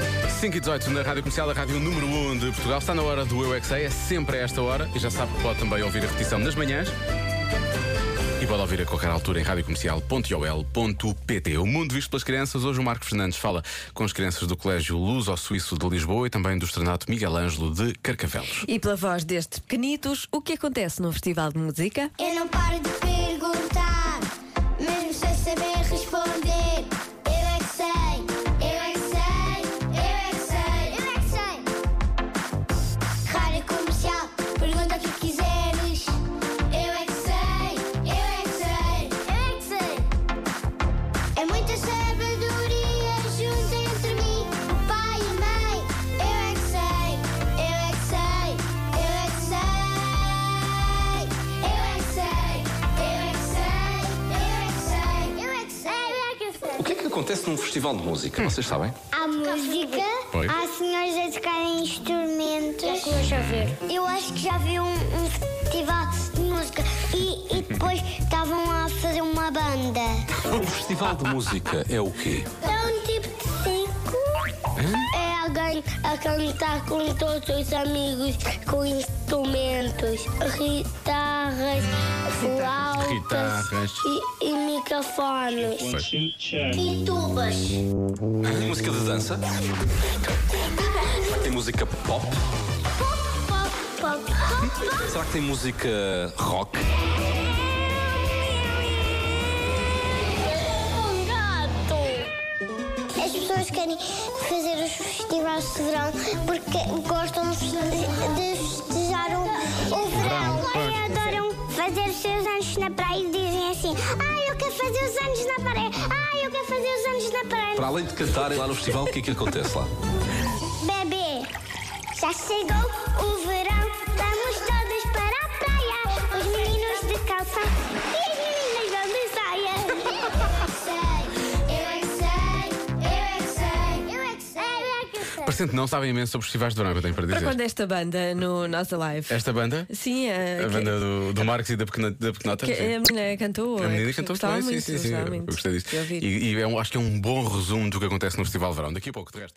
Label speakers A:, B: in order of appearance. A: 5 e 18 na Rádio Comercial, a Rádio número 1 de Portugal. Está na hora do Eu é Que Sei, é sempre a esta hora. E já sabe que pode também ouvir a repetição nas manhãs. E pode ouvir a qualquer altura em radiocomercial.ol.pt. O mundo visto pelas crianças. Hoje o Marco Fernandes fala com as crianças do Colégio Luz ao Suíço de Lisboa e também do Estrenato Miguel Ângelo de Carcavelos.
B: E pela voz destes pequenitos, o que acontece no Festival de Música?
C: Eu não paro de perguntar, mesmo sem saber responder. Eu é que sei, eu é que sei, eu é que sei, eu é que sei. Rádio comercial, pergunta o que quiseres. Eu é eu é que sei, eu é que sei. É muita sabedoria junto entre mim, o pai e a mãe. Eu é que sei, eu é que sei, eu é que sei. Eu é que sei, eu é que sei, eu é que sei, eu é que sei. Eu é que sei.
D: O que é que acontece num festival de música? Vocês sabem?
C: Há música,
A: Pois.
C: há senhores a tocarem instrumentos. Já ver. Eu acho que já vi um, um festival de música e, e depois estavam a fazer uma banda.
D: Um festival de música é o quê?
C: É um tipo de circo. É alguém a cantar com todos os amigos, com instrumentos, guitarras, flautas
A: Guitarras.
C: E, e microfones. E tubas.
D: Tem música de dança? Tem música pop?
C: Pop, pop, pop, pop, pop.
D: Será que tem música rock?
C: Um gato! As pessoas querem fazer os festivais de verão porque gostam de de festejar o, o verão. E adoram fazer os seus anos na praia e dizem assim: Ah, eu quero fazer os anos na praia! Ah, eu quero fazer os anos na praia!
D: Para além de cantarem lá no festival, o que é que acontece lá?
C: Bebê, já chegou o verão, vamos todos para a praia. Os meninos de calça e as meninas vão de saia. Eu é que sei, eu é que sei, eu é que sei, eu é que sei.
A: Parecendo que não sabem imenso sobre festivais de verão, é o que eu tenho para
B: Para
A: dizer.
B: quando esta banda no Nossa Live?
A: Esta banda,
B: Sim, a,
A: a banda do, do Marcos e da, pequena, da Pequenota.
B: que- é
A: sim.
B: a menina cantou.
A: A menina
B: eu
A: cantou
B: gostava
A: muito bem,
B: muito,
A: então sim, sim, sim.
B: gostava
A: Eu
B: muito
A: gostei disso.
B: de ouvir.
A: E, e é um- acho que é um bom resumo do que acontece no Festival de Verão. Daqui a pouco, de resto.